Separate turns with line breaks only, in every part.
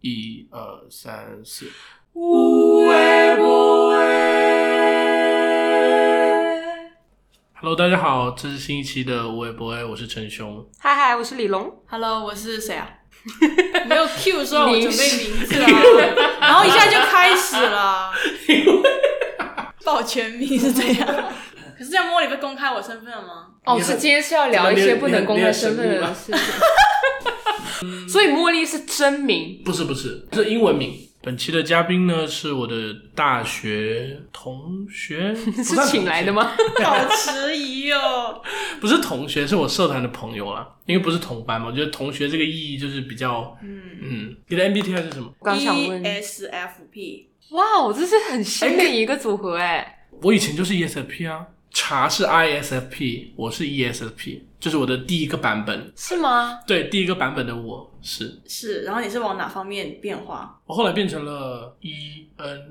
一二三四，
无为不为。
Hello，大家好，这是新一期的无微博爱，我是陈雄。
嗨嗨，我是李龙。
Hello，我是谁啊？ 没有 Q 的时候，我准
临
备
时
名字啊，然后一下就开始了。报全名是这样， 可是这样摸你不是公开我身份了吗？
哦，
你很
是今天是要聊一些不能公开身份的
你很
人事情。 所以茉莉是真名，
不是不是，这是英文名。本期的嘉宾呢是我的大学同 学，不
是
算
请来的吗？
好迟疑哦。
同学？不是同学，是我社团的朋友啦。因为不是同班嘛，我觉得同学这个意义就是比较，嗯嗯。你的 MBTI 是什么？
我刚想
E
问，
S F P，
哇哦，这是很新的一个组合哎，
我以前就是 ESFP 啊，茶是 ISFP，我是 E ESFP，这是我的第一个版本。
是吗？
对，第一个版本的我是
是，然后你是往哪方面变化
我后来变成了 E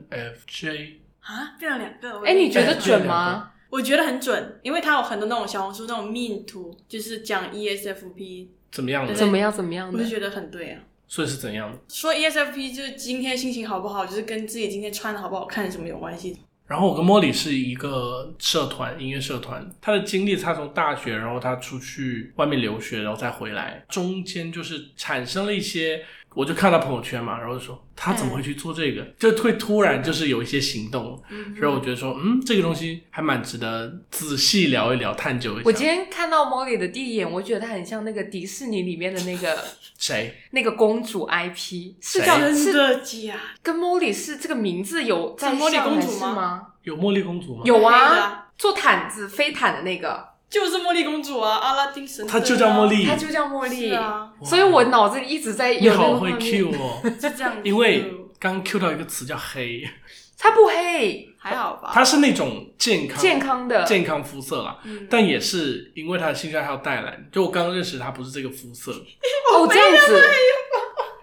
ENFJ，
啊？变了两个。我
哎，你觉
哎
得
对
准
两
吗？
我觉得很准，因为它有很多那种小红书那种命图，就是讲 E ESFP，
怎么样
对
的？
怎么样？怎么样
我
的
就？觉得很对啊。
所以是怎样的？
说 E ESFP 就是今天心情好不好，就是跟自己今天穿的好不好看什么有关系。
然后我跟莫里是一个社团，音乐社团。他的经历，他从大学，然后他出去外面留学，然后再回来，中间就是产生了一些，我就看他朋友圈嘛，然后就说他怎么会去做这
嗯
个，就会突然就是有一些行动。所以我觉得说，嗯，这个东西还蛮值得仔细聊一聊、探究一下。
我今天看到 Molly 的第一眼，我觉得她很像那个迪士尼里面的那个
谁？
那个公主 IP，是
谁
叫
真
是
的假？
跟 Molly 是这个名字有在
是 Molly
上
公
还
主
是
吗
吗？
有茉莉公主吗？
有
黑的
啊
啊，
做毯子飞毯的那个。
就是茉莉公主啊，阿拉丁神、啊。
她就叫茉莉
她哦就叫茉莉，
是啊
所以我脑子里一直在
你
有那
好
个画
会
面
Q 哦，
是这样子。
因为刚 Q 到一个词叫黑，
她不黑，
还好吧。
它是那种健康
健康的，
健康肤色啦，
嗯
但也是因为他的兴趣爱好带来。就我刚认识他，不是这个肤色，
哦这样子。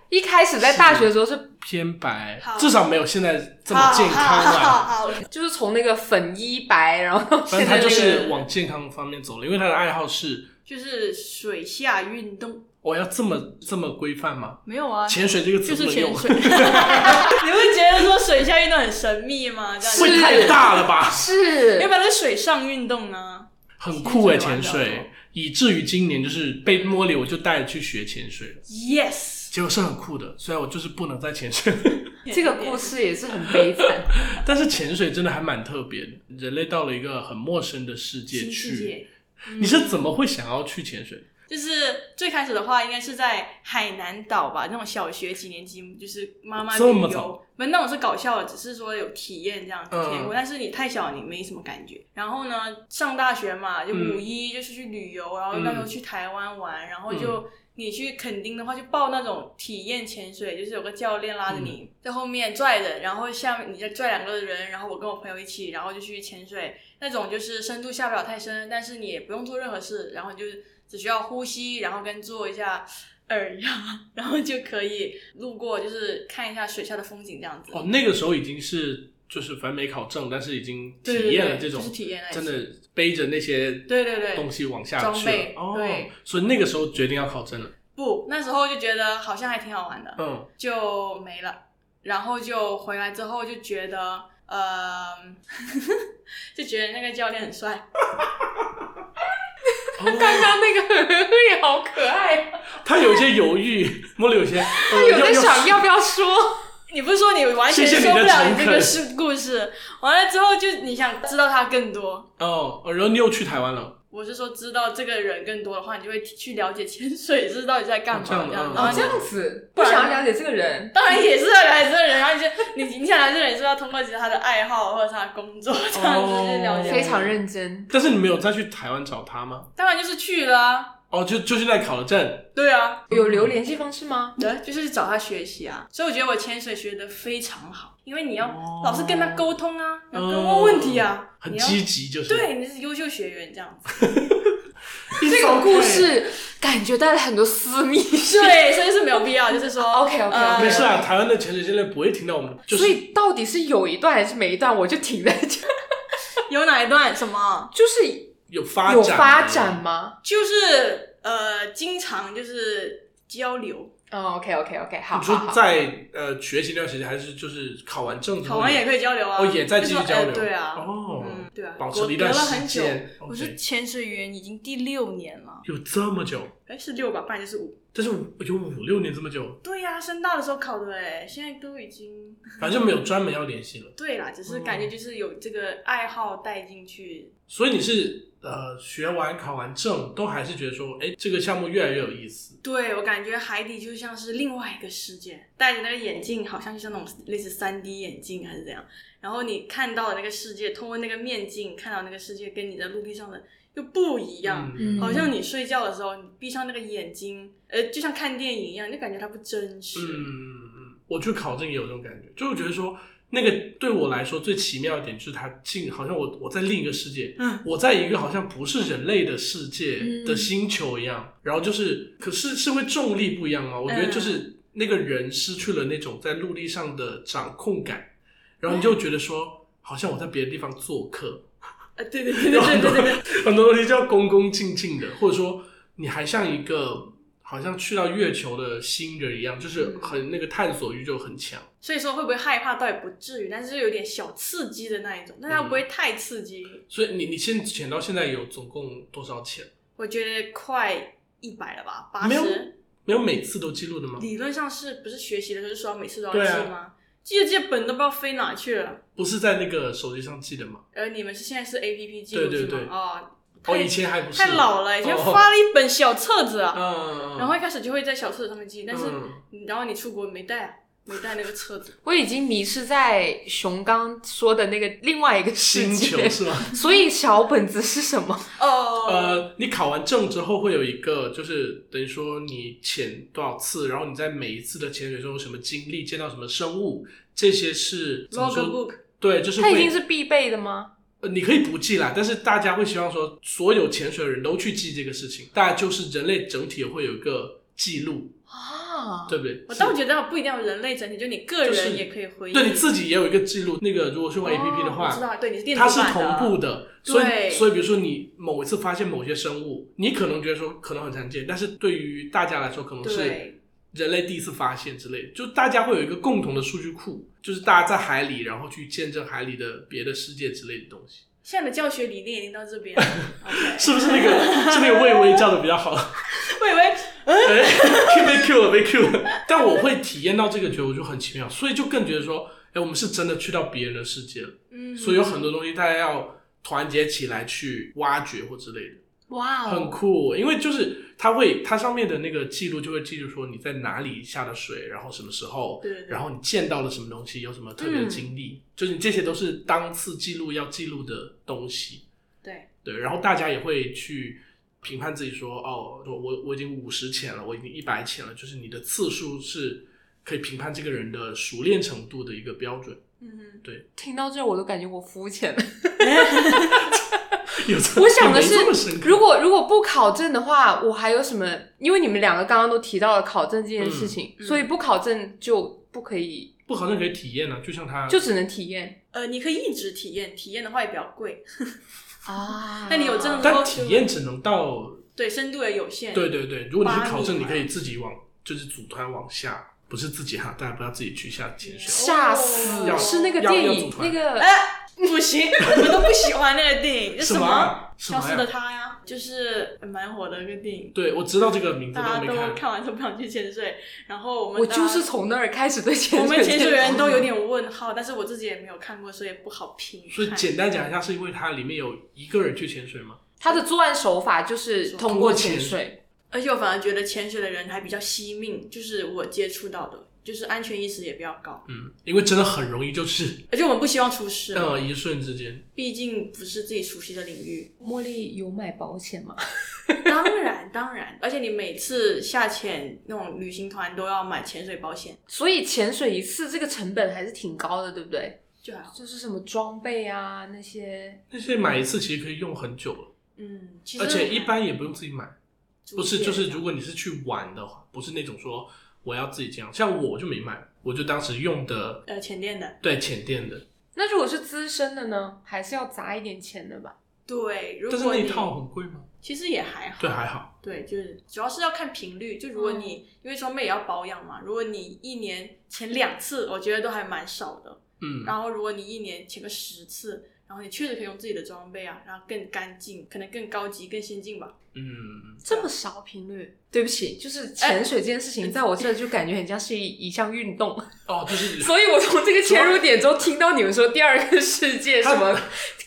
一开始在大学的时候是，
偏白
好，
至少没有现在这么健康啊
好好
啦。
好好
就是从那个粉衣白，然后
反正他就
现在那
是
个
往健康方面走了，因为他的爱好是
就是水下运动
我要这么这么规范吗？
没有啊，
潜水这个
就
词
是
不能
潜
用，
水。 你会觉得说水下运动很神秘吗？这样
会
子，
太大了吧？
要
是
不然就是水上运动呢？
很 酷哎，
潜水
潜
玩得
水，以至于今年就是被摸里，我就带去学潜水了，
Yes，
结果是很酷的。虽然我就是不能再潜水 了。
这个故事也是很悲 惨。
但是潜水真的还蛮特别的，人类到了一个很陌生的世界
新世
去。
界。嗯
你是怎么会想要去潜水？
就是最开始的话，应该是在海南岛吧，那种小学几年级，就是妈妈
这么
旅游
早，
不是那种是搞笑的，只是说有体验这样子体验过。
嗯
但是你太小，你没什么感觉。然后呢，上大学嘛，就
嗯
五一就是去旅游，然后那时候去台湾玩，然后
嗯
就。你去垦丁的话，就报那种体验潜水，就是有个教练拉着你、在后面拽着，然后下面你再拽两个人，然后我跟我朋友一起，然后就去潜水。那种就是深度下不了太深，但是你也不用做任何事，然后你就只需要呼吸，然后跟做一下耳压， 然后就可以路过，就是看一下水下的风景这样子。
哦，那个时候已经是就是反正没考证，但是已经
对对
体
对
验了这种
就是体验了
真的背着那些
对对对
东西往下
装
去了
备
哦
对，
所以那个时候决定要考证了。
不，那时候就觉得好像还挺好玩的，
嗯，
就没了。然后就回来之后就觉得，呃， 就觉得那个教练很帅。
刚
哦，
刚那个也好可爱啊，
他有些犹豫，莫里有些呃他
有在想要不要说，
你不是说你完全
谢谢你
受不
的
了
诚
你这个
恳
事故事？完了之后就你想知道他更多，
哦，然后你又去台湾了，
我是说，知道这个人更多的话，你就会去了解潜水是到底在干嘛
这样的
样子。
嗯
然
哦
后
这
就
样子，不想要了解这个人，
当然也是啊要了解这个人，然后你就你你想了解这个人，是要通过其实他的爱好或者是他的工作这样子去了解。
非常认真。
但是你没有再去台湾找他吗？
当然就是去了啊、
哦，就就现在考了证，
对啊，
有留联系方式吗？
对，啊就是去找他学习啊。所以我觉得我潜水学的非常好，因为你要
哦
老是跟他沟通啊，然后跟他
嗯
问问题啊，
很
你要
积极，就是
对，你是优秀学员这样子。
这个故事感觉带了很多私密性。
对，所以是没有必要，就 是说
OK，OK，OK
呃
没事啊，台湾的潜水教练不会听到我们的，就
所
是
以到底是有一段还是没一段，我就停在 这，
有哪一段什么？
就是
有发展，啊
有发展？吗？
就是呃，经常就是交流，
嗯，OK OK OK，好
你
好
说
好。
在呃学习那段时间，还是就是考完证之后，
考完也可以交流啊，
哦，也在继续
就是
交流，
哎对啊，
哦，
嗯，对啊，
保
我
持了一段
隔了
时
很久，
间，
我
OK
是潜水员已经第六年了，
有这么久，
哎，是六吧，不然就是五。
但是有五六年这么久，
对呀、升大的时候考的哎，现在都已经
反正没有专门要联系了。
对啦，只是感
哦
觉就是有这个爱好带进去，
所以你是呃学完考完证，都还是觉得说，哎，这个项目越来越有意思。
对我感觉海底就像是另外一个世界，戴着那个眼镜，好像就像那种类似三 D 眼镜还是怎样，然后你看到的那个世界，通过那个面镜看到那个世界，跟你在陆地上的又不一样。
嗯
好像你睡觉的时候，你闭上那个眼睛，呃，就像看电影一样，就感觉它不真实。
嗯，嗯，我去考证也有这种感觉，就会觉得说，那个对我来说最奇妙的点就是它进，好像我我在另一个世界，
嗯，
我在一个好像不是人类的世界
嗯
的星球一样，然后就是，可是是会重力不一样吗？我觉得就是那个人失去了那种在陆地上的掌控感，然后你就觉得说，好像我在别的地方做客，
呃，对对对对对对对 对，
很多东西就要恭恭敬敬的，或者说你还像一个好像去到月球的新人一样，就是很那个探索欲就很强。
所以说会不会害怕倒也不至于，但是就有点小刺激的那一种，但它不
嗯
会太刺激。
所以你你现潜到现在有总共多少潜？
我觉得快一百了吧，八
没有
十。
没有每次都记录的吗？
理论上是不是学习的时候就说每次都要
对啊
记吗？记着记着本都不知道飞哪去了。
不是在那个手机上记的吗？
呃，你们是现在是 A P P 记录
对对
是吗
对？
哦，
哦，
太
以前还不是。
太老了，以前
哦
发了一本小册子啊，
嗯，
然后一开始就会在小册子上面记，但是、
嗯
然后你出国没带啊，没带那个册子。
我已经迷失在熊刚说的那个另外一个世
星球
界，
是吗？
所以小本子是什么？
哦，
呃，你考完证之后会有一个，就是等于说你潜多少次，然后你在每一次的潜水中有什么经历，见到什么生物，这些是怎么
log
说
book，
对，就是
它
会
已经是必备的吗？
呃你可以不记啦，但是大家会希望说所有潜水的人都去记这个事情，大家就是人类整体会有一个记录，
啊，
对不对？
哦我倒觉得不一定要人类整体，就你个
就是
人也可以回忆。
对你自己也有一个记录。那个如果是用 A P P 的
哦我知
话，
道，对，你是电子
它
版
是
的
同步的，所以
对
所以比如说你某一次发现某些生物，你可能觉得说可能很常见，但是对于大家来说可能是
对，
人类第一次发现之类的，就大家会有一个共同的数据库，就是大家在海里，然后去见证海里的别的世界之类的东西。
现在的教学理念已经到这边了。OK
是不是那 个是那个魏巍叫的比较好？
我以为
哎，被 Q 了，被 Q 了。但我会体验到这个，觉得我就很奇妙，所以就更觉得说，哎，我们是真的去到别人的世界了。
嗯，
所以有很多东西大家要团结起来去挖掘或之类的，
哇
很
哦，
酷。因为就是它会，它上面的那个记录就会记住说你在哪里下的水，然后什么时候，
对对嗯对
然后你见到了什么东西，有什么特别的经历，就是你这些都是当次记录要记录的东西。
对，
对，然后大家也会去评判自己说，哦，我我我已经五十潜了，我已经一百潜了，就是你的次数是可以评判这个人的熟练程度的一个标准。
嗯
听到这我都感觉我肤浅了。
有这
我想的
没这么
是
深，刻
如果如果不考证的话，我还有什么？因为你们两个刚刚都提到了考证这件事情，
嗯嗯
所以不考证就不可以，
不好像可以体验呢、就像他
就只能体验
呃，你可以一直体验，体验的话也比较贵，
啊
那你有证
但体验只能到
对，深度也有限。
对对对，如果你去考证，
八米
你
吧
可以自己往就是组团往下，不是自己哈，大家不要自己去下潜水。哦
吓死
要！
是那个
要
电
要组
影
团
那个
哎， 不行，我都不喜欢那个电 影，这
什
什么？
啊什
消
么
失的
呀？
他呀，就是蛮火的一个电影，
对，我知道这个名字，
大
但
家
我没
都
看。
看完都不想去潜水。然后我们
我
大
就
家
是从那儿开始对潜水，
我们潜水员都有点问号，但是我自己也没有看过，所以不好评判。
所以简单
嗯
讲一下，是因为它里面有一个人去潜水吗？
他的作案手法就是通过潜水，
而且我反而觉得潜水的人还比较惜命，就是我接触到的，就是安全意识也比较高，
嗯，因为真的很容易就是
而且我们不希望出事，
呃一瞬之间，
毕竟不是自己熟悉的领域。
茉莉有买保险吗？
当然，当然，而且你每次下潜那种旅行团都要买潜水保险，
所以潜水一次这个成本还是挺高的，对不对？
就还好。
就是什么装备啊那些，
那些买一次其实可以用很久了，
嗯，其实
而且一般也不用自己买。
主
不是，
线
就是如果你是去玩的话，不是那种说我要自己这样，像我就没买，我就当时用的
呃潜店的，
对浅店的，
那如果是资深的呢，还是要砸一点钱的吧？
对，如
但是
果
那
你
一套很贵吗？
其实也还好，
对，还好。
对，就是主要是要看频率。就如果你、因为装备也要保养嘛，如果你一年前两次，我觉得都还蛮少的。
嗯，
然后如果你一年前个十次，然后你确实可以用自己的装备啊，然后更干净，可能更高级、更先进吧。
嗯，
这么少频率，呃对不起，就是潜水这件事情，在我这就感觉很像是一一项运动，
哦，就是
所以我从这个切入点中听到你们说第二个世界什么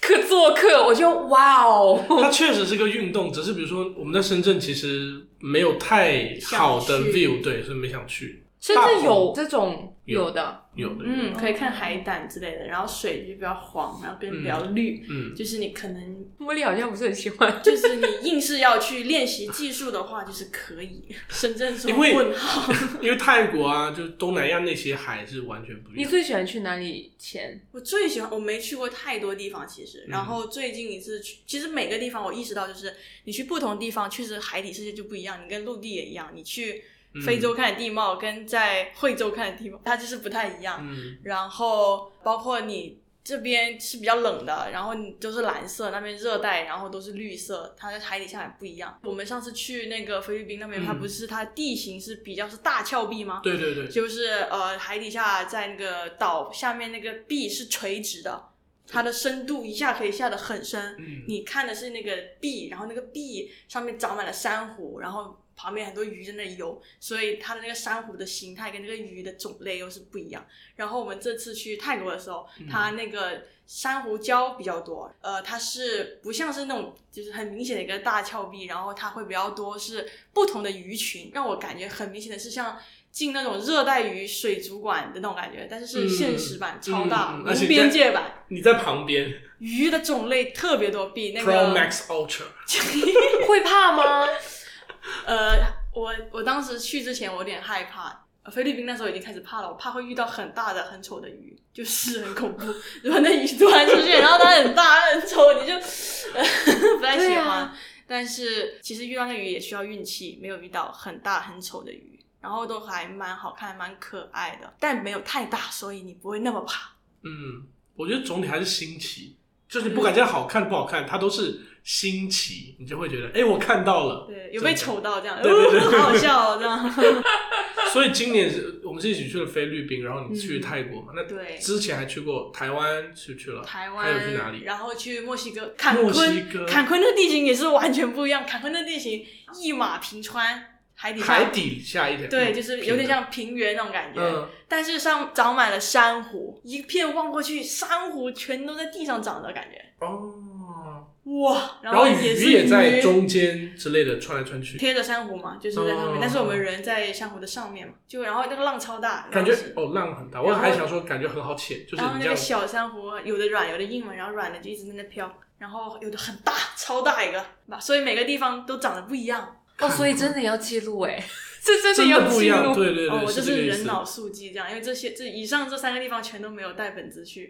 课做客，我就哇哦，
它确实是个运动，只是比如说我们在深圳其实没有太好的
想去
view，对，所以没想去。
甚至有这种
有
有的，
有的，
嗯，可以看海胆之类的，然后水就比较黄，然后跟比较绿，
嗯，
就是你可能
茉莉好像不是很喜欢。
就是你硬是要去练习技术的话，就是可以。深圳说
因为
问号，
因为泰国啊，就东南亚那些海是完全不一
你
样。
最喜欢去哪里潜？
我最喜欢我没去过太多地方，其实，
嗯
然后最近一次去，其实每个地方我意识到，就是你去不同地方，确实海底世界就不一样，你跟陆地也一样，你去
嗯
非洲看的地貌跟在惠州看的地貌，它就是不太一样。
嗯，
然后包括你这边是比较冷的，然后你都是蓝色，那边热带，然后都是绿色，它在海底下也不一样。我们上次去那个菲律宾那
嗯
边，它不是它地形是比较是大峭壁吗？
对对对，
就是呃海底下在那个岛下面那个壁是垂直的，它的深度一下可以下得很深。
嗯
你看的是那个壁，然后那个壁上面长满了珊瑚，然后旁边很多鱼在那里游，所以它的那个珊瑚的形态跟那个鱼的种类又是不一样。然后我们这次去泰国的时候，
嗯
它那个珊瑚礁比较多，呃，它是不像是那种就是很明显的一个大峭壁，然后它会比较多是不同的鱼群，让我感觉很明显的是像。进那种热带鱼水族馆的那种感觉，但是是现实
嗯
版、超大、
嗯嗯而且
无边界版，
你在旁边
鱼的种类特别多，比那
，Pro
个
Max Ultra，
会怕 吗？
呃，我我当时去之前我有点害怕，呃菲律宾那时候已经开始怕了，我怕会遇到很大的很丑的鱼，就是很恐怖。 如果那鱼突然出现，然后它很大它很丑，你就、呃、不太喜
对
欢。
啊
但是其实遇到那鱼也需要运气，没有遇到很大很丑的鱼，然后都还蛮好看、蛮可爱的，但没有太大，所以你不会那么怕。
嗯，我觉得总体还是新奇，就是你不管这样好看不好看，它都是新奇，你就会觉得，哎，我看到了，
对，有被
这种
丑到这样，
对对对
哦好好笑、哦、这样。
所以今年是我们是一起去了菲律宾，然后你去泰国嘛？那
嗯对
之前还去过台湾，去去了
台
还有去哪
湾，
里？
然后去墨西哥坎
墨
昆，
西哥
坎昆的地形也是完全不一样。坎昆的地形一马平川，海底下
海底下一点，
对，就是有点像平原那种感觉，
嗯
但是上长满了珊瑚，一片望过去，珊瑚全都在地上长的感觉，
哦，
哇！
然后
也是
鱼也在中间之类的穿来穿去，
贴着珊瑚嘛，就是在上面，
哦
但是我们人在珊瑚的上面嘛，就然后那个浪超大，然
感
后
觉
是
哦浪很大，
然后
我还想说感觉很好潜，就是
然后
你
那
这
个
样
小珊瑚有的软有的硬嘛，然后软的就一直在那飘，然后有的很大，超大一个，所以每个地方都长得不一样。
哦，所以真的要记录 哎，这真的
真的
要
不一
记
样，
录。
对对
哦，
对，
我就是
这
是
个意
人
思。
脑速记这样，因为这些这以上这三个地方全都没有带本子去。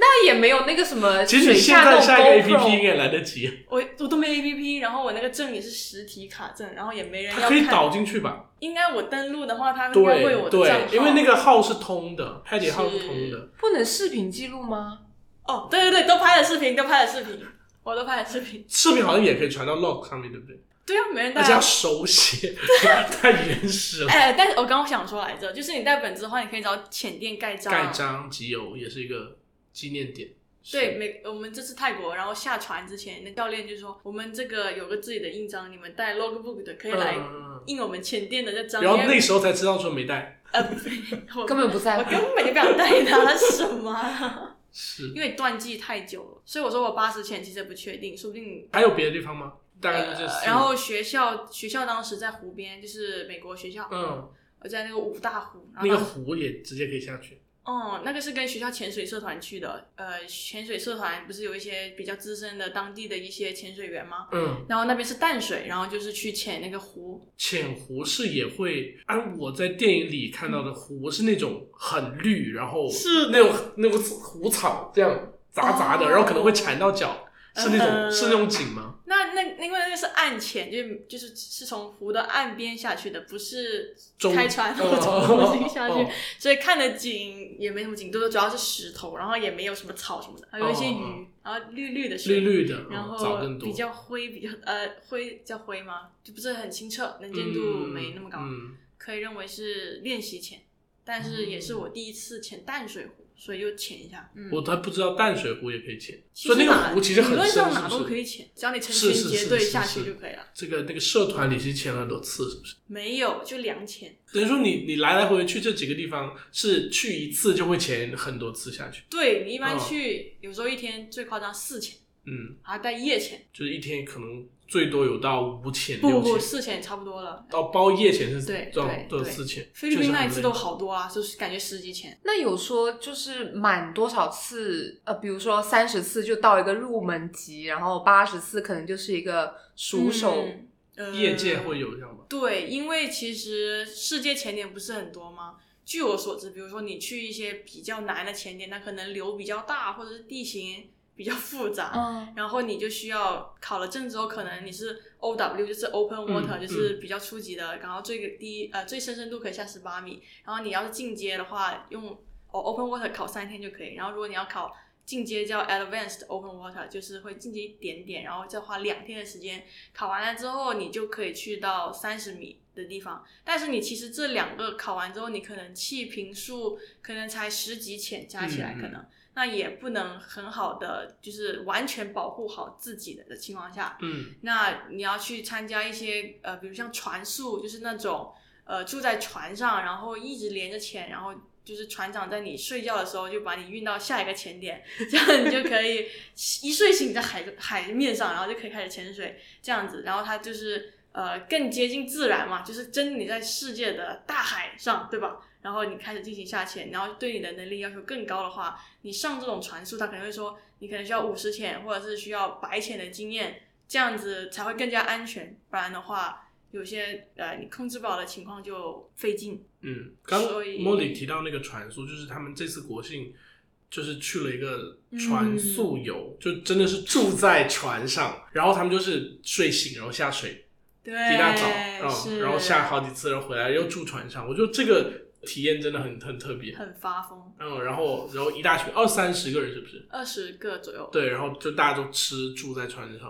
那也没有那个什么
其实
水
你现
下那
在
种
下一个 A P P
GoPro，
应该来得及，
我我都没 A P P，然后我那个证也是实体卡证，然后也没人
它
要
可以
看。
导进去吧？
应该我登录的话，它应该会有
对
我的账号
对，。因为那个号是通的，海底号是通的，
不能视频记录吗？
哦，对对对，都拍了视频，都拍了视频，我都拍了视频。
视频好像也可以传到 Log 上面，对不对？
对啊，没人带、
而且要
啊。
手写， 太原始了。
哎，但是我刚刚想说来着，就是你带本子的话，你可以找浅店盖章。
盖章集邮也是一个纪念点。
对，每我们这次泰国，然后下船之前，那教练就说，我们这个有个自己的印章，你们带 logbook 的可以
嗯，
来
嗯
印我们前店的这章。
嗯然后
因为
那时候才知道说没带，
呃，不我
根本不在
我
乎。
根本就不想带它 什么啊，
是
因为断记太久了，所以我说我八十前其实也不确定，说不定。
还有别的地方吗？大概就这四
呃
个。
然后学校学校当时在湖边，就是美国学校，，
嗯，
我在那个五大湖，然
那个
后当时
湖也直接可以下去。
哦，那个是跟学校潜水社团去的。呃，潜水社团不是有一些比较资深的当地的一些潜水员吗？
嗯，
然后那边是淡水，然后就是去潜那个湖。
浅湖是也会，按我在电影里看到的湖是那种很绿，然后
是
那种那种湖草这样杂杂的，
哦呃
然后可能会缠到脚，是那种是那种井吗？
那那因为那个是岸潜，就是就是是从湖的岸边下去的，不是
中
开 船
哦
或者从湖心下去，
哦
所以看的景也没什么景，都是主要是石头，然后也没有什么草什么的，还有一些
哦
鱼，
哦
然后绿绿的水，
绿绿的，
然
嗯藻
后
更多，
比较灰，比较呃灰叫灰吗？就不是很清澈，能见度
嗯
没那么高，
嗯
可以认为是练习潜，但是也
嗯
是我第一次潜淡水湖，所以就潜一下。嗯，
我还不知道淡水湖也可以潜，
其
所以
实
那
哪
个湖其实很
理论
深，
上
是
哪
不
都可
是？
以潜，只要你成
是
群
是是
结队
是
下
是
去就可以了。
这个那个社团里是潜了很多次，是不是？
没有，就两潜。
等于说你你来来回回去这几个地方，是去一次就会潜很多次下去，
对你一般
嗯
去，有时候一天最夸张四潜，
嗯，
还带夜潜，
就是一天可能最多有到五潜
不
六
不
潜，
四潜也差不多了。
到包夜潜是
对
这种
对
这种
对
四潜，
菲律宾那一次都
确实很累
好多啊，就是感觉十几潜。
那有说就是满多少次？呃，比如说三十次就到一个入门级，然后八十次可能就是一个熟手。
嗯呃
业界会有这样吗？
对，因为其实世界潜点不是很多吗？据我所知，比如说你去一些比较难的潜点，那可能流比较大，或者是地形比较复杂，
嗯
然后你就需要考了证之后，可能你是 O W，就是 Open
嗯
Water，、就是比较初级的，然后最低呃最深深度可以下十八米，然后你要是进阶的话，用哦 Open Water 考三天就可以，然后如果你要考进阶叫 Advanced Open Water，就是会进阶一点点，然后再花两天的时间，考完了之后你就可以去到三十米的地方，但是你其实这两个考完之后，你可能气瓶数可能才十几潜加起来
嗯嗯
可能。那也不能很好的，就是完全保护好自己的的情况下，
嗯，
那你要去参加一些呃，比如像船宿，就是那种呃住在船上，然后一直连着潜，然后就是船长在你睡觉的时候就把你运到下一个潜点， 这样你就可以一睡醒在海海面上，然后就可以开始潜水这样子，然后它就是呃更接近自然嘛，就是真的你在世界的大海上，对吧？然后你开始进行下潜，然后对你的能力要求更高的话，你上这种船速，他可能会说你可能需要五十潜，或者是需要百潜的经验，这样子才会更加安全。不然的话，有些呃你控制不好的情况就费劲。
嗯，刚
所以
莫里提到那个船宿，就是他们这次国庆就是去了一个
嗯
船宿游，就真的是住在船上，然后他们就是睡醒然后下水，
对，
一大早，嗯，
是
然后下好几次，然后回来又住船上，我觉得这个体验真的很很特别。
很发疯，
嗯，然后然后一大群二三十个人是不是？
二十个左右。
对，然后就大家都吃住在船上，很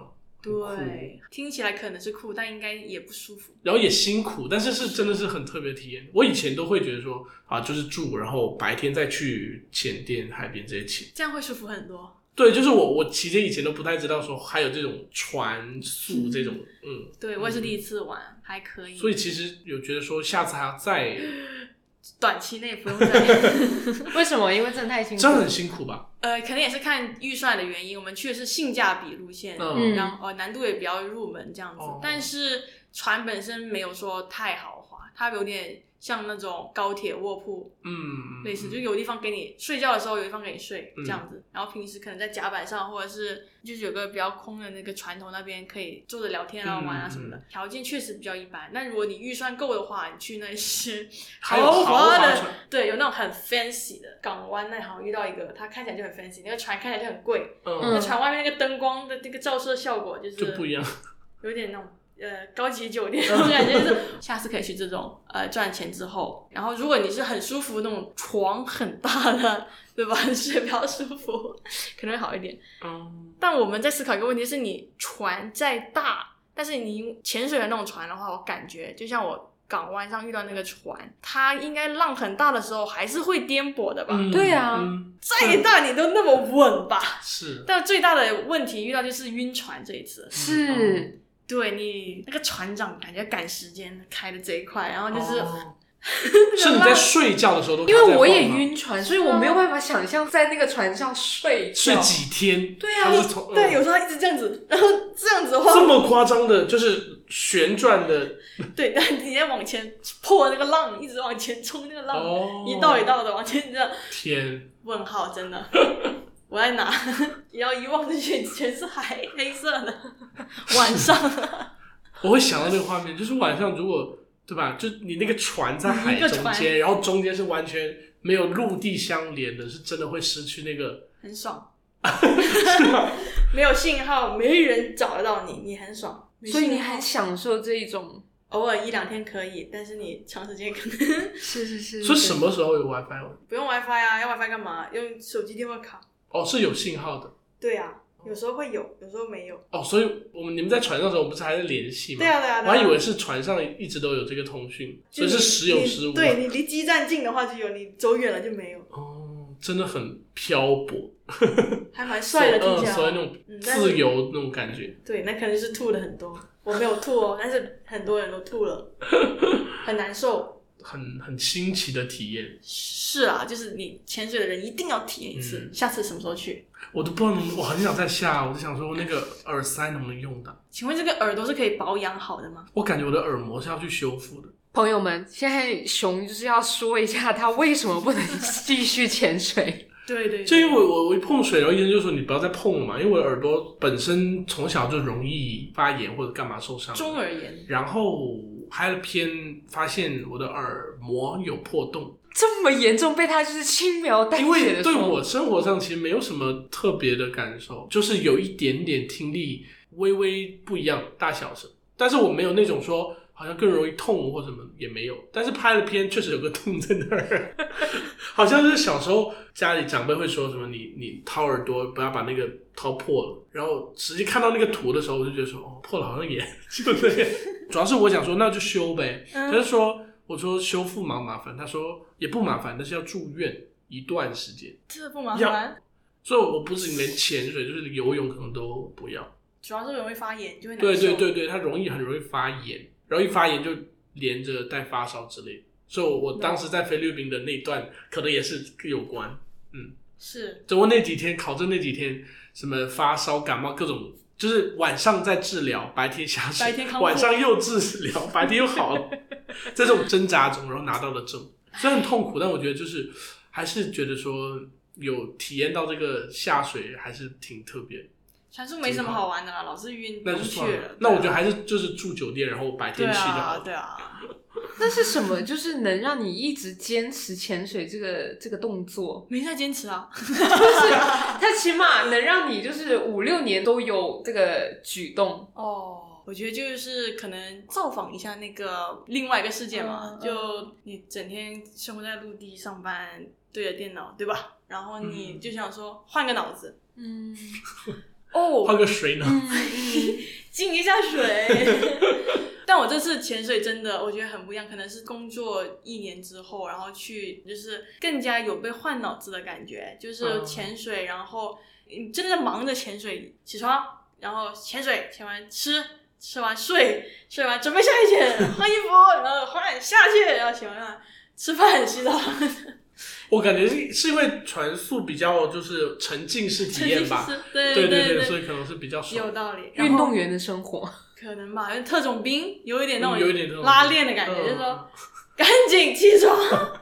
酷
对，听起来可能是酷，但应该也不舒服。
然后也辛苦，但是是真的是很特别的体验。我以前都会觉得说啊，就是住，然后白天再去浅店、海边这些潜。
这样会舒服很多。
对，就是我我其实以前都不太知道说还有这种船宿这种，嗯，
对我也是第一次玩，还可以。
所以其实有觉得说下次还要再，
短期内不用再。
为什么？因为真的太辛苦。
这样很辛苦吧？
呃，可能也是看预算的原因，我们去的是性价比路线，
嗯
然后呃难度也比较入门这样子。
哦
但是船本身没有说太豪华，它有点像那种高铁卧铺，
嗯，
类似，就有地方给你睡觉的时候有地方给你睡
嗯
这样子。然后平时可能在甲板上或者是就是有个比较空的那个船头那边可以坐着聊天啊、
嗯
玩啊什么的。条件确实比较一般，但如果你预算够的话，你去那些
还有豪华
的
船，
对，有那种很 fancy 的港湾那里好像遇到一个，它看起来就很 fancy，那个船看起来就很贵，那
嗯，
嗯
船外面那个灯光的那个照射效果就是
就不一样，
有点那种呃高级酒 店那种感觉，就是 下次可以去这种呃赚钱之后，然后如果你是很舒服那种床很大的，对吧？ 睡比较舒服，可能会好一点。
嗯，
但我们在思考一个问题是，你船再大，但是你潜水的那种船的话，我感觉就像我港湾上遇到那个船，它应该浪很大的时候还是会颠簸的吧？
嗯
对啊
嗯
再大你都那么稳吧？
是，
但最大的问题遇到就是晕船这一次，
嗯
是，
对你那个船长感觉赶时间开的贼快，然后就是、
哦 是你在睡觉的时候都
因为我
看
也
在晃吗，
晕船，所以我没有办法想象在那个船上睡
睡
觉。
几天，
对啊
他是从
对，
嗯
有时候他一直这样子， 然后这样子的话，
这么夸张的，就是旋转的
对，但你在往前破那个浪，一直往前冲那个浪，
哦，
一道一道的往前这样。
天，
问号，真的。 我在 哪？然后一望进去全是海，黑色的。晚上，
我会想到那个画面，就是晚上如果对吧，就你那个船在海
一个
中间，
船
然后中间是完全没有陆地相连的，是真的会失去那个
很爽。 没有信号，没人找得到你，你很爽。没
所以你
信号
很享受这一种，
偶尔一两天可以，但是你长时间可能
是是是
是什？么时候有 WiFi？
不用 WiFi 啊，要 WiFi 干嘛？用手机电话卡。
哦，是有信号的。
对啊，有时候会有，有时候没有。
哦，所以我们你们在船上的时候不是还在联系吗？
对啊，对啊，
我还
对啊
以为是船上一直都有这个通讯，所
就
以
你
是时有啊时无。
你对你离基站近的话就有，你走远了就没有，
哦，真的很漂泊，
还蛮帅的，
所
听起
嗯，所以那
来。
种
嗯但是
自由那种感觉。
对，那可能是吐了很多，我没有吐哦，但是很多人都 吐了，很难受。
很很新奇的体验，
是啊，就是你潜水的人一定要体验一次，
嗯
下次什么时候去？
我都不知道能不能，我很想再下，我就想说那个耳塞能不能用到？
请问这个耳朵是可以保养好的吗？
我感觉我的耳膜是要去修复的，
朋友们，现在熊就是要说一下他为什么不能 继续潜水。
对对
就因为我我我一碰水，然后医生就说你不要再碰了嘛，因为我的耳朵本身从小就容易发炎或者干嘛受伤，
中耳炎
然后拍了片发现我的耳膜有破洞，
这么严重，被他就是轻描淡
因
写
为
的
对我生活上其实没有什么特别的感受，就是有一点点听力微微不一样，大小声，但是我没有那种说好像更容易痛或什么也没有，但是拍了片确实有个痛在那儿， 好像就是小时候家里长辈会说什么你你掏耳朵不要把那个掏破了，然后实际看到那个图的时候我就觉得说哦破了好像也 就这样，主要是我想说那就修呗，
嗯
他就说我说修复蛮麻烦，他说也不麻烦，但是要住院。一段时间，
这不麻烦，
所以我不是连潜水，就是游泳可能都不要。
主要是容易发炎，就会难
对
受
对对对，它容易很容易发炎，然后一发炎就连着带发烧之类的。所以我，我当时在菲律宾的那一段可能也是有关。
是
就我那几天考证那几天，什么发烧、感冒各种，就是晚上在治疗，白天下水，
白天康复
晚上又治疗，白天又好了，在这种挣扎中，然后拿到了证，虽然很痛苦，但我觉得就是还是觉得说有体验到这个下水还是挺特别的。
传说没什么好玩的啦，老是晕，
那就
不去
算
了
了。那我觉得还是就是住酒店，然后白
对
天去就好
啊
了。
对啊，
那是什么？就是能让你一直坚持潜水这个这个动作，
没在坚持啊，
就是它起码能让你就是五六年都有这个举动。
哦，我觉得就是可能造访一下那个另外一个世界嘛
嗯，
就你整天生活在陆地上班，对着电脑，对吧？然后你
嗯
就想说换个脑子，
嗯
换
哦，
个水呢？
嗯嗯，
进一下水。 但我这次潜水真的我觉得很不一样，可能是工作一年之后，然后去就是更加有被换脑子的感觉，就是
嗯
潜水，然后你真的在忙着潜水，起床，然后潜水，潜完吃。吃完睡，睡完准备下去潜，换衣 服，然后换下去，然后洗完饭，吃饭，洗澡，
我感觉是是因为船速比较就是沉浸式体验 吧，
对
对
对
对，所以可能是比较
有
爽。
道理。然后
运动员的生活。
可能吧，因为特种兵有一点那
嗯有一点那
种
种
拉链的感觉，
嗯
就是说赶紧起床。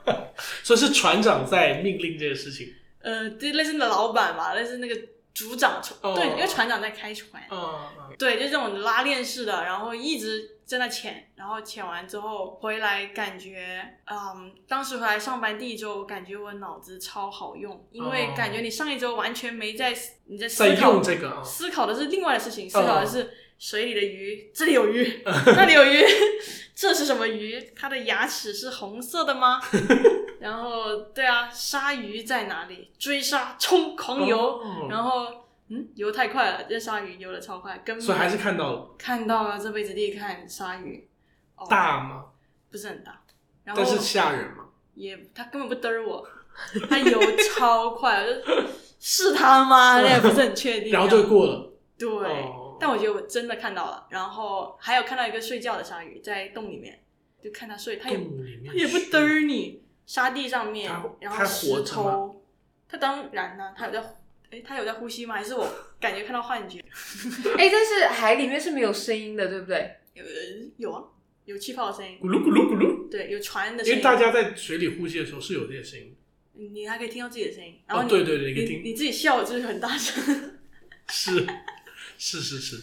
所以是船长在命令这件事情。
呃，对，类似的老板吧，类似那个组长，
哦
对，因为船长在开船，
嗯，嗯
对，就是这种拉链式的，然后一直在那潜，然后潜完之后回来感觉，嗯，当时回来上班第一周，感觉我脑子超好用，因为
哦
感觉你上一周完全没在你在思
在
考
用这个啊，哦
思考的是另外的事情，思考的是水里的鱼，这里有 鱼，那里有鱼， 这是什么鱼？它的牙齿是红色 的吗？然后，对啊，鲨鱼在哪里？追杀，冲，狂游。
哦
然后，嗯，游太快了，这鲨鱼游的超快，根
所以还
本
是看到了
看到了这辈子第一看鲨鱼，哦，
大嘛，
不是很大，然后
但是吓人嘛。
也他根本不嘚儿我，他游超快，我就是他吗？那也不是很确定。啊
然后就过了。
哎对，
哦
但我觉得我真的看到了，然后还有看到一个睡觉的鲨鱼在洞里面，就看它睡，它也
洞里面
它也不
是
嘚儿你，沙地上面
它，
然后
它
石
活着吗
头，它当然呢、它有在，哎，它有在呼吸吗？还是我感觉看到幻觉？
哎，但是海里面是没有声音的，对不对？
有有啊，有气泡的声音，
咕噜咕噜咕噜，
对，有船的
嗯因
声
为
音，
大家在水里呼吸的时候是有这些声音。
你还可以听到自己的声音，然后
哦，
你、
对对对，你可以
你
听，
你自己笑就是很大声，
是是是是。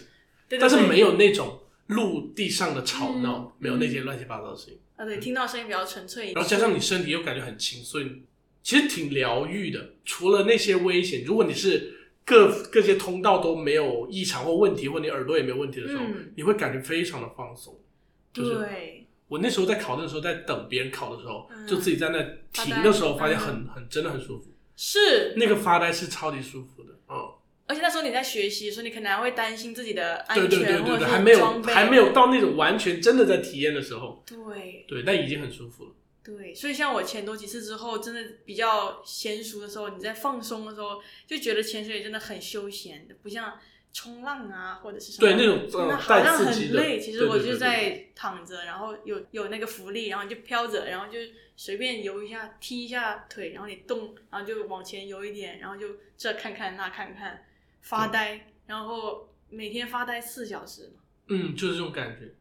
对对
但是
对
没有那种陆地上的吵闹，
嗯
没有那些乱七八糟的声音，
啊，对，听到声音比较纯粹一点，
然后加上你身体又感觉很轻，所以其实挺疗愈的。除了那些危险，如果你是各各些通道都没有异常或问题，或你耳朵也没有问题的时候，
嗯
你会感觉非常的放松。就是
对，
我那时候在考的时候，在等别人考的时候，
嗯
就自己在那停的时候，发现很很真的很舒服，
是，
那个发呆是超级舒服的，嗯，
而且那时候你在学习，所以你可能还会担心自己的安
对
全
对对对
或
对，
者
还
是
没有
装备
还没有到那种完全真的在体验的时候，
对
对，但已经很舒服了，
对，所以像我潜多几次之后，真的比较娴熟的时候，你在放松的时候，就觉得潜水真的很休闲的，不像冲浪啊或者是什么
对那种
那
嗯
好
带
像
刺激
很
的，
累，其实我
对
就
对对对
在躺着，然后有有那个浮力，然后就飘着，然后就随便游一下，踢一下腿，然后你动，然后就往前游一点，然后就这看看那看看，
嗯
发呆，然后每天发呆四小时嘛。
嗯，就是这种感觉，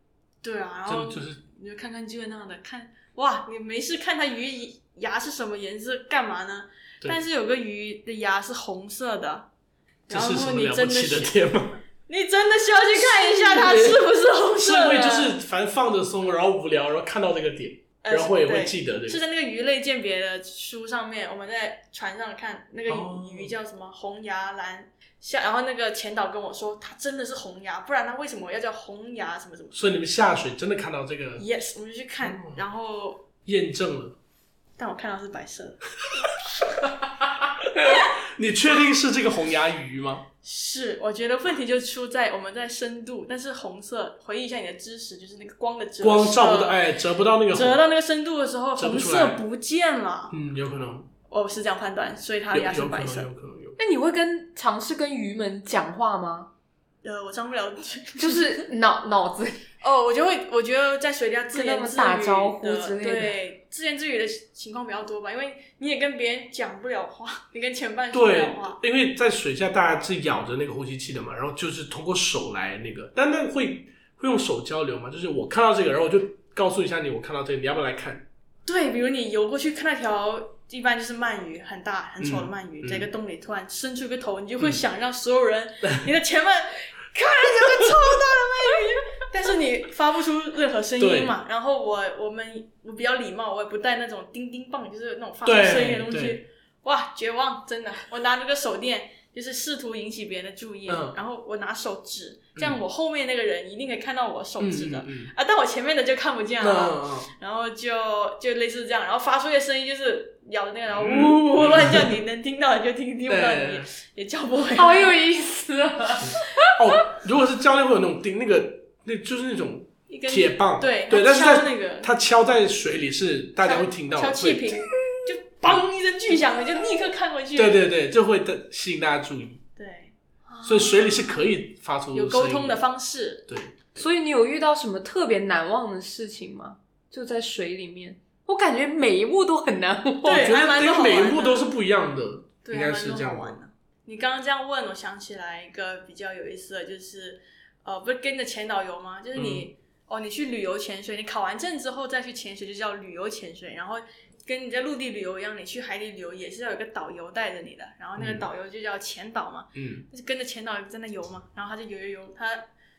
对啊，然
真
后
的就是
你就看看这个那的，看哇，你没事看它鱼牙是什么颜色，干嘛呢？
对
但是有个鱼的牙是红色的，
这
然后
是什么
你
了不
真的
起的
需
天吗？
你真的需要去看一下它
是
是不是 红
是
色的，
会就是反正放着松，然后无聊，然后看到这个点，
呃
然后也会
对
记得这
是
个。
在那个鱼类鉴别的书上面，我们在船上看那
哦
个鱼叫什么红牙蓝虾，然后那个前导跟我说，它真的是红牙，不然它为什么要叫红牙什么什么
所以你们下水真的看到这个
？Yes，我们就去看
哦，
然后
验证了，
但我看到是白色的，
你确定是这个红牙鱼 吗？
是我觉得问题就出在我们在深度，但是红色，回忆一下你的知识，就是那个光的折射
光照不到，哎，折不到那个
折
红，
到那个深度的时候，
折不
红
出来
色不见了，
嗯，有可能，
我是这样判断，所以它
有
的啊牙是
有可
白
能，
色
有。可能有。
那你会跟尝试跟鱼们讲话吗？
呃，我上不了，
就是脑脑子
哦，我就会，我觉得在水底下自言
跟他
自
们
语
打招呼
的
之类的
对，自言自语的情况比较多吧，因为你也跟别人讲不了话，你跟前半说不了话，
对，因为在水下大家是咬着那个呼吸器的嘛，然后就是通过手来那个，但那会会用手交流嘛，就是我看到这个，然后我就告诉一下你，我看到这个，你要不要来看？
对，比如你游过去看那条，一般就是鳗鱼，很大很丑的鳗鱼，
嗯
在一个洞里突然伸出一个头，你就会
嗯
想让所 有人，你的前半看有个超大的鳗鱼， 但是你发不出任何声
对
音嘛。然后我我们我比较礼貌，我也不带那种叮叮棒，就是那种发出
对
声音的东西
对。
哇，绝望，真的！我拿那个手电，就是试图引起别人的注意，
嗯
然后我拿手指，这样我后面那个人一定可以看到我手
嗯
指的、
嗯嗯，
啊，但我前面的就看不见
嗯
了。
嗯嗯
然后就就类似这样，然后发出的声音就是咬着那个，然后
嗯
呜呜乱叫，你能听到你就听，听不到你
对
也叫不回来。
好有意思啊！
哦，如果是教练会有那种钉那个，那就是那种
一根
铁棒，
对
对，
它
但是
敲
在
那个
它敲在水里是大家会听到的，
敲气
会
瓶，就嘣一声巨响，你就立刻看过去。
对对对，就会的吸引大家注意，
对啊
所以水里是可以发出
有沟通的
声
方式。
音的，对，
所以你有遇到什么特别难忘的事情吗？就在水里面，我感觉每一幕都很难忘。
我
对
觉
还
得
蛮多
对
好
每一
玩
步
的
都是不一样的，
对，
应该是这
还蛮
样
多好玩
吧。
的。你刚刚这样问，我想起来一个比较有意思的，就是呃，不是跟着前导游吗？就是
嗯
你、哦，你去旅游潜水，你考完证之后再去潜水，就叫旅游潜水。然后跟你在陆地旅游一样，你去海底旅游也是要有一个导游带着你的，然后那个
嗯
导游就叫前导嘛，
嗯，
就是跟着前导游在那游嘛，然后他就游游游，他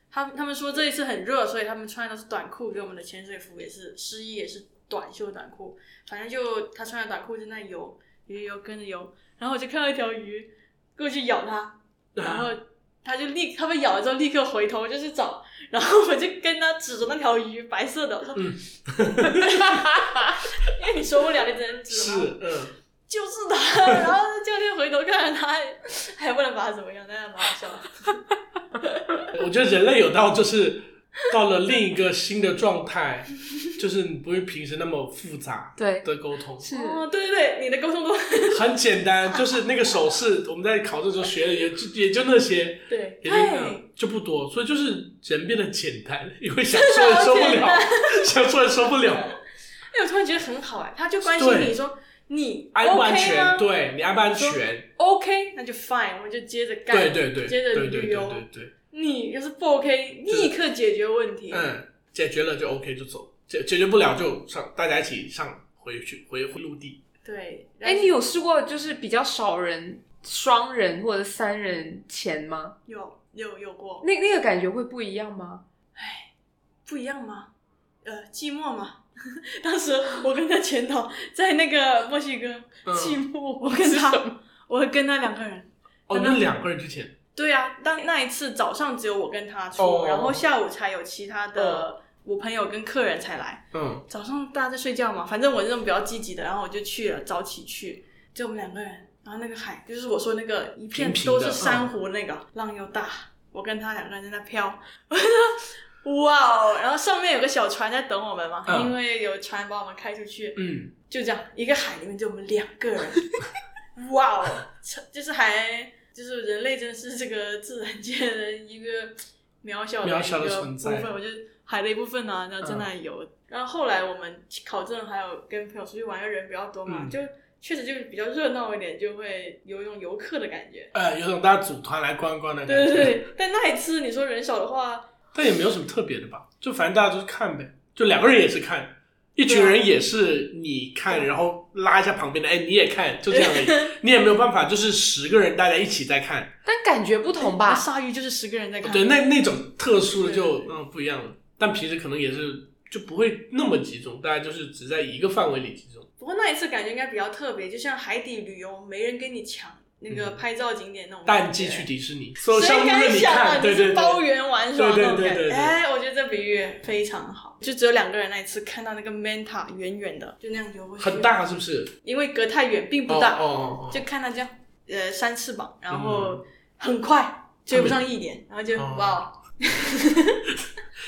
他他们说这一次很热，所以他们穿的都是短裤，给我们的潜水服也是湿衣也是短袖短裤，反正就他穿着短裤在那游游游游跟着游，然后我就看到一条鱼过去咬 他，然
啊
后他就立他被咬了之后立刻回头就是找，然后我就跟他指着那条鱼白色的，我说，
嗯
因为你说不了，你只能指嘛。
是，嗯，
就是他， 然后教练回头看着他，还不能把他怎么样，但是蛮好笑的。
我觉得人类有到就是到了另一个新的状 态，就是你不会平时那么复杂
对，
的沟通，
是
哦，对对对，你的沟 通都
很简单，就是那个手势，我们在考试的时候学的也就也就那些。
对
也就那样就不多，所以就是人变得简单，因为想说也说不
真的
了
好简 单，
想说也说不了，
哎，我突然觉得很好哎，他就关心
对
你说你
安不安
OK 啊
全？
吗
对你安不安全？
？OK，那就 fine，我们就接着干。
对对对，
接
对
着
对对
旅游
对对，
你要是不 OK，
就是
立刻解决问题。
嗯，解决了就 OK 就走，解解决不了就上，大家一起上回去回回陆地。
对。
哎，你有试过就是比较少人双人或者三人前吗？
有有有过
那那个感觉会不一样吗？
不一样吗？呃，寂寞吗？ 当时我跟他前导在那个墨西哥
嗯
寂寞，我跟他，我跟他两个人。
哦，那两个人之前
对啊，当那一次早上只有我跟他出，
哦
然后下午才有其他的我朋友跟客人才来。
嗯，
早上大家在睡觉嘛，反正我这种比较积极的，然后我就去了，早起去，就我们两个人。然后那个海就是我说那个一
平
片
平的
都是珊瑚那个，浪又大，我跟他两个人在那飘， 我说哇哦！然后上面有个小船在等我们嘛，
嗯
因为有船把我们开出去，
嗯，
就这样，一个海里面就我们两 个人，哇哦，就是还就是人类真的是这个自然界的一个渺小的
渺小的
一个
存
部
在嗯
分，我觉得海的一部分呢、啊，然后在那里游。然后后来我们考证，还有跟朋友出去玩的人比较多嘛，
嗯
就确实就是比较热闹一点，就会有一种游客的感觉。
呃，有种大家组团来观光的
对
感觉，
对对，但那一次你说人少的话，
但也没有什么特别的吧，就反正大家就是看呗，就两个人也是看，一群
啊
人也是你看，然后拉一下旁边的，哎，你也看，就这样而 已，你也没有办法，就是十个人大家一起在看，
但感觉不同
那
吧？
鲨鱼就是十个人在看，
哦对，那那种特殊的
啊对
就嗯不一样了，但平时可能也是就不会那么集中，大家就是只在一个范围里集中。
不过那一次感觉应该比较特别，就像海底旅游，没人跟你抢那个
嗯
拍照景点那种感觉。
淡季去迪士尼，所有项
谁
目任
敢
你
想啊？
看，
你
对对
是
对，
包圆玩耍那种
对对
感
对对
觉。
对
哎，我觉得这比喻非常好。就只有两个人那一次看到那个 Manta 远远的，就那样游过去。
很，大是不是？
因为隔太远并不大，
哦哦哦哦，
就看它这样，呃，扇翅膀，然后很快追不上一点，然后就
哦
哇，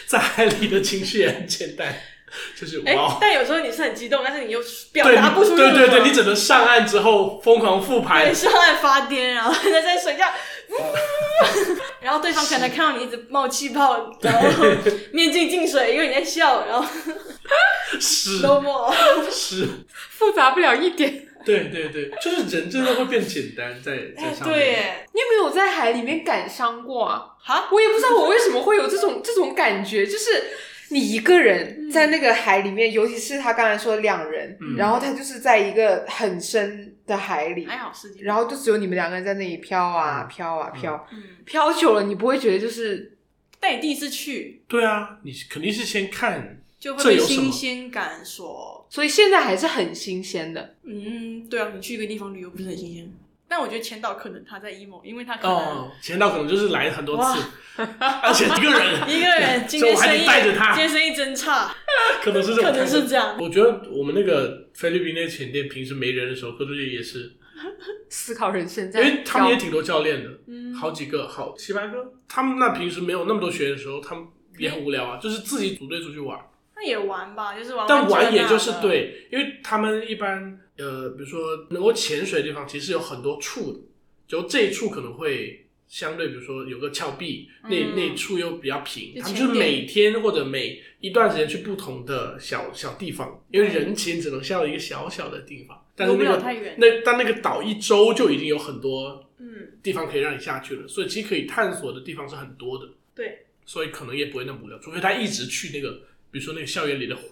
在海里的情绪也很简单，就是
哎
哇，。哦
但有时候你是很激动，但是你又表
对
达不出
对对
任
对，
何
你只能上岸之后疯狂复
对，
盘，
上来发癫，然后 在在水下，呜然后对方可能看到你一直冒气泡，然后面镜进水，因为你在笑，然后
是
no more。
是，
复杂不了一 点。
对对对，就是人真的会变简单在在
哎，
上
对
面。
耶，
你有没有在海里面感伤过啊？
哈，
我也不知道我为什么会有这种这种感觉，就是你一个人在那个海里面，尤其是他刚才说两人，
嗯
然后他就是在一个很深的海里，
还好是，
然后就只有你们两个人在那里飘啊
嗯
飘啊飘，
嗯，
飘久了你不会觉得就是
但你第一次去
对啊，你肯定是先看，
就
这
会被
有什么
新鲜感所，
所以现在还是很新鲜的。
嗯，对啊，你去一个地方旅游不是很新鲜，但我觉得千岛可能他在 emo，因为他可能
哦，前导可能就是来很多次，而且一个人，
一个人今
所以
天
我还
生
得
意，
带着他
今天生意真差，
可能是这种
可
态
能
度
是这样，
我觉得我们那个菲律宾那前店平时没人的时候，科特利也是，
思考人生在
因为
飘，
他们也挺多教练的，
嗯，
好几个，好七八个。他们那平时没有那么多学员的时候，他们也很无聊啊，就是自己组队出去玩。
那也玩吧，就是玩，啊
但玩也就是
对。
对，因为他们一般呃，比如说能够潜水的地方，其实有很多处的，就这一处可能会相对，比如说有个峭壁，那、
嗯
那一处又比较平，
就
他们就是
浅点
每天或者每一段时间去不同的小小地方，因为人其实只能下到一个小小的地方，但是
游不
那
了
个
太远。
那但那个岛一周就已经有很多
嗯，
地方可以让你下去了，所以其实可以探索的地方是很多的。
对，
所以可能也不会那么无聊，除非他一直去那个，比如说那个校园里的湖，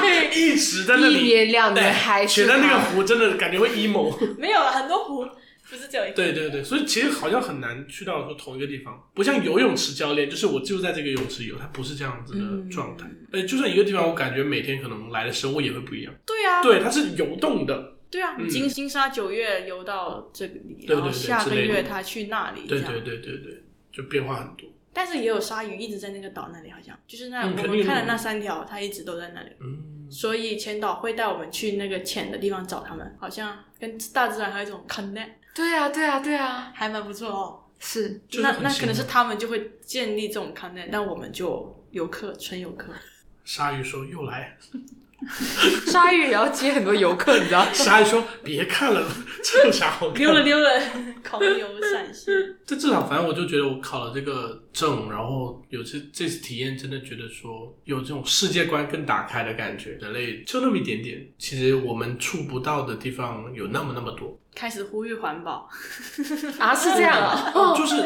对
一直在那里
一年两年
对
还是
觉得那个
他
湖真的感觉会 emo。
没有了很多湖，不是只有一个。
对对对，所以其实好像很难去到说同一个地方，不像游泳池教练，就是我就在这个游泳池游，它不是这样子的状态。
嗯
呃、就算一个地方，我感觉每天可能来的生物也会不一样。
对啊，
对，它是游动的。
对啊，
嗯
金金沙九月游到这里，
对
然后
对对
下个
之类的
月他去那里，
对
这
对
样。
对对对，就变化很多。
但是也有鲨鱼一直在那个岛那里，好像就是那
嗯
我
肯
们
定
看
有
的那三条，它一直都在那里。
嗯，
所以前导会带我们去那个浅的地方找他们，好像跟大自然还有一种 connect，
对啊对啊对啊，
还蛮不错哦。
是
就是
那
很
那
羡
可能
慕
是他们就会建立这种 connect，但我们就游客，纯游 客。
鲨鱼说又来，
鲨鱼也要接很多游客，你知道。
鲨鱼说别看了，这有啥好看的？
溜了溜了， 狂游陕西。
这至少，反正我就觉得我考了这个证，然后有这这次体验，真的觉得说有这种世界观更打开的感觉。人类就那么一点点，其实我们触不到的地方有那么那么多，
开始呼吁环保，
啊，是这样啊，
嗯就是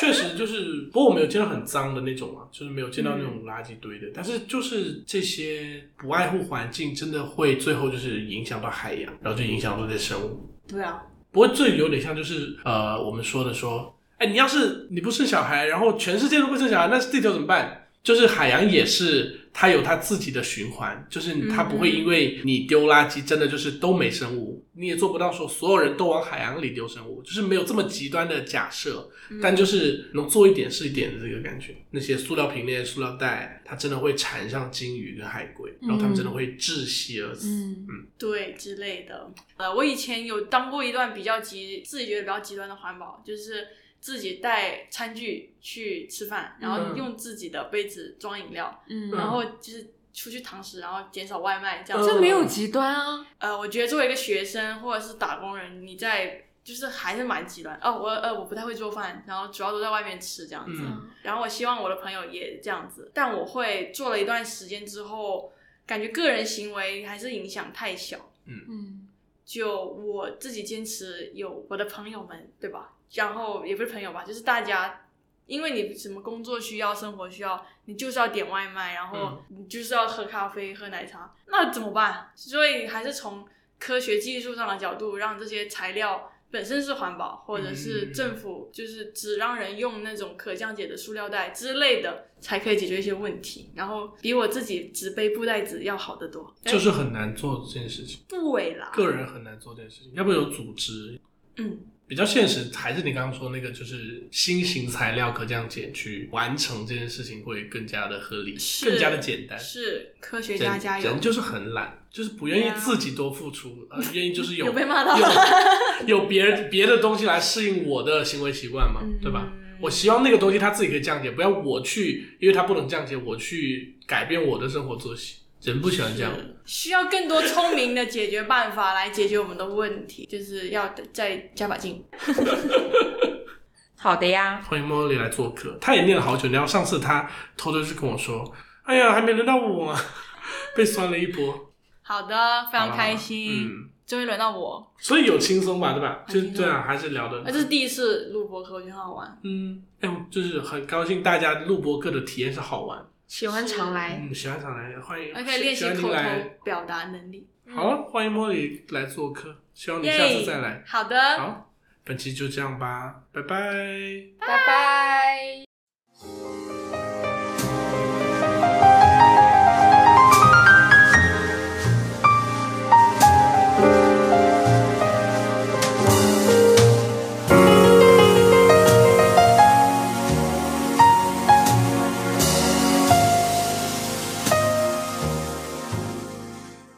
确实就是，不过我没有见到很脏的那种啊，就是没有见到那种垃圾堆的。但是就是这些不爱护环境，真的会最后就是影响到海洋，然后就影响到这些生物。
对啊，
不过这有点像就是呃，我们说的说，哎，你要是你不生小孩，然后全世界都不生小孩，那地球怎么办？就是海洋也是它有它自己的循环，就是它不会因为你丢垃圾真的就是都没生物，你也做不到说所有人都往海洋里丢生物，就是没有这么极端的假设，
嗯
但就是能做一点是一点的这个感觉。那些塑料瓶、那些塑料袋，它真的会缠上鲸鱼跟海龟，然后它们真的会窒息而死。
嗯
对之类的。呃，我以前有当过一段比较极，自己觉得比较极端的环保，就是自己带餐具去吃饭，然后
嗯
用自己的杯子装饮料，
嗯，
然后就是出去堂食，然后减少外卖
嗯
这样。
这没有极端啊，
呃，我觉得作为一个学生或者是打工人，你在就是还是蛮极端哦。我呃我不太会做饭，然后主要都在外面吃这样子。
嗯
然后我希望我的朋友也这样子，但我会做了一段时间之后，感觉个人行为还是影响太小。
嗯
就我自己坚持有我的朋友们，对吧？然后也不是朋友吧，就是大家，因为你什么工作需要、生活需要，你就是要点外卖，然后
嗯
你就是要喝咖啡、喝奶茶，那怎么办？所以还是从科学技术上的角度，让这些材料本身是环保，或者是
嗯
政府就是只让人用那种可降解的塑料袋之类的，才可以解决一些问题。然后比我自己只背布袋子要好得多。
就是很难做这件事情，
对啦，
个人很难做这件事情，要不有组织。
嗯。
比较现实，还是你刚刚说那个，就是新型材料可降解去完成这件事情会更加的合理，
是
更加的简单。
是科学家
人
加油
人。就是很懒，就是不愿
对
意
啊
自己多付出，呃，愿意 就是有
有被骂到
有有别人别的东西来适应我的行为习惯嘛，对吧？
嗯
我希望那个东西它自己可以降解，不要我去，因为它不能降解，我去改变我的生活作息。人不喜欢这样，
需要更多聪明的解决办法来解决我们的问题，就是要再加把劲。
好的呀，
欢迎茉莉来做客，她也念了好久。然后上次她偷偷就跟我说：“哎呀，还没轮到我、啊，被酸了一波。
好的，非
好啦”
常开心，
嗯，
终于轮到我。
所以有轻松吧，对吧？就
很轻松
对啊，还是聊的
那这是第一次录播客，我觉得很好玩。
嗯，哎、我就是很高兴大家录播课的体验是好玩。
喜欢常来，
嗯，喜欢上来欢迎，
还哎可以练习
喜
嗯
欢您
口
来。
头表达能力。
好了，欢迎茉莉来做客，希望你下次再来。
好的，
好，本期就这样吧，拜拜。
拜拜。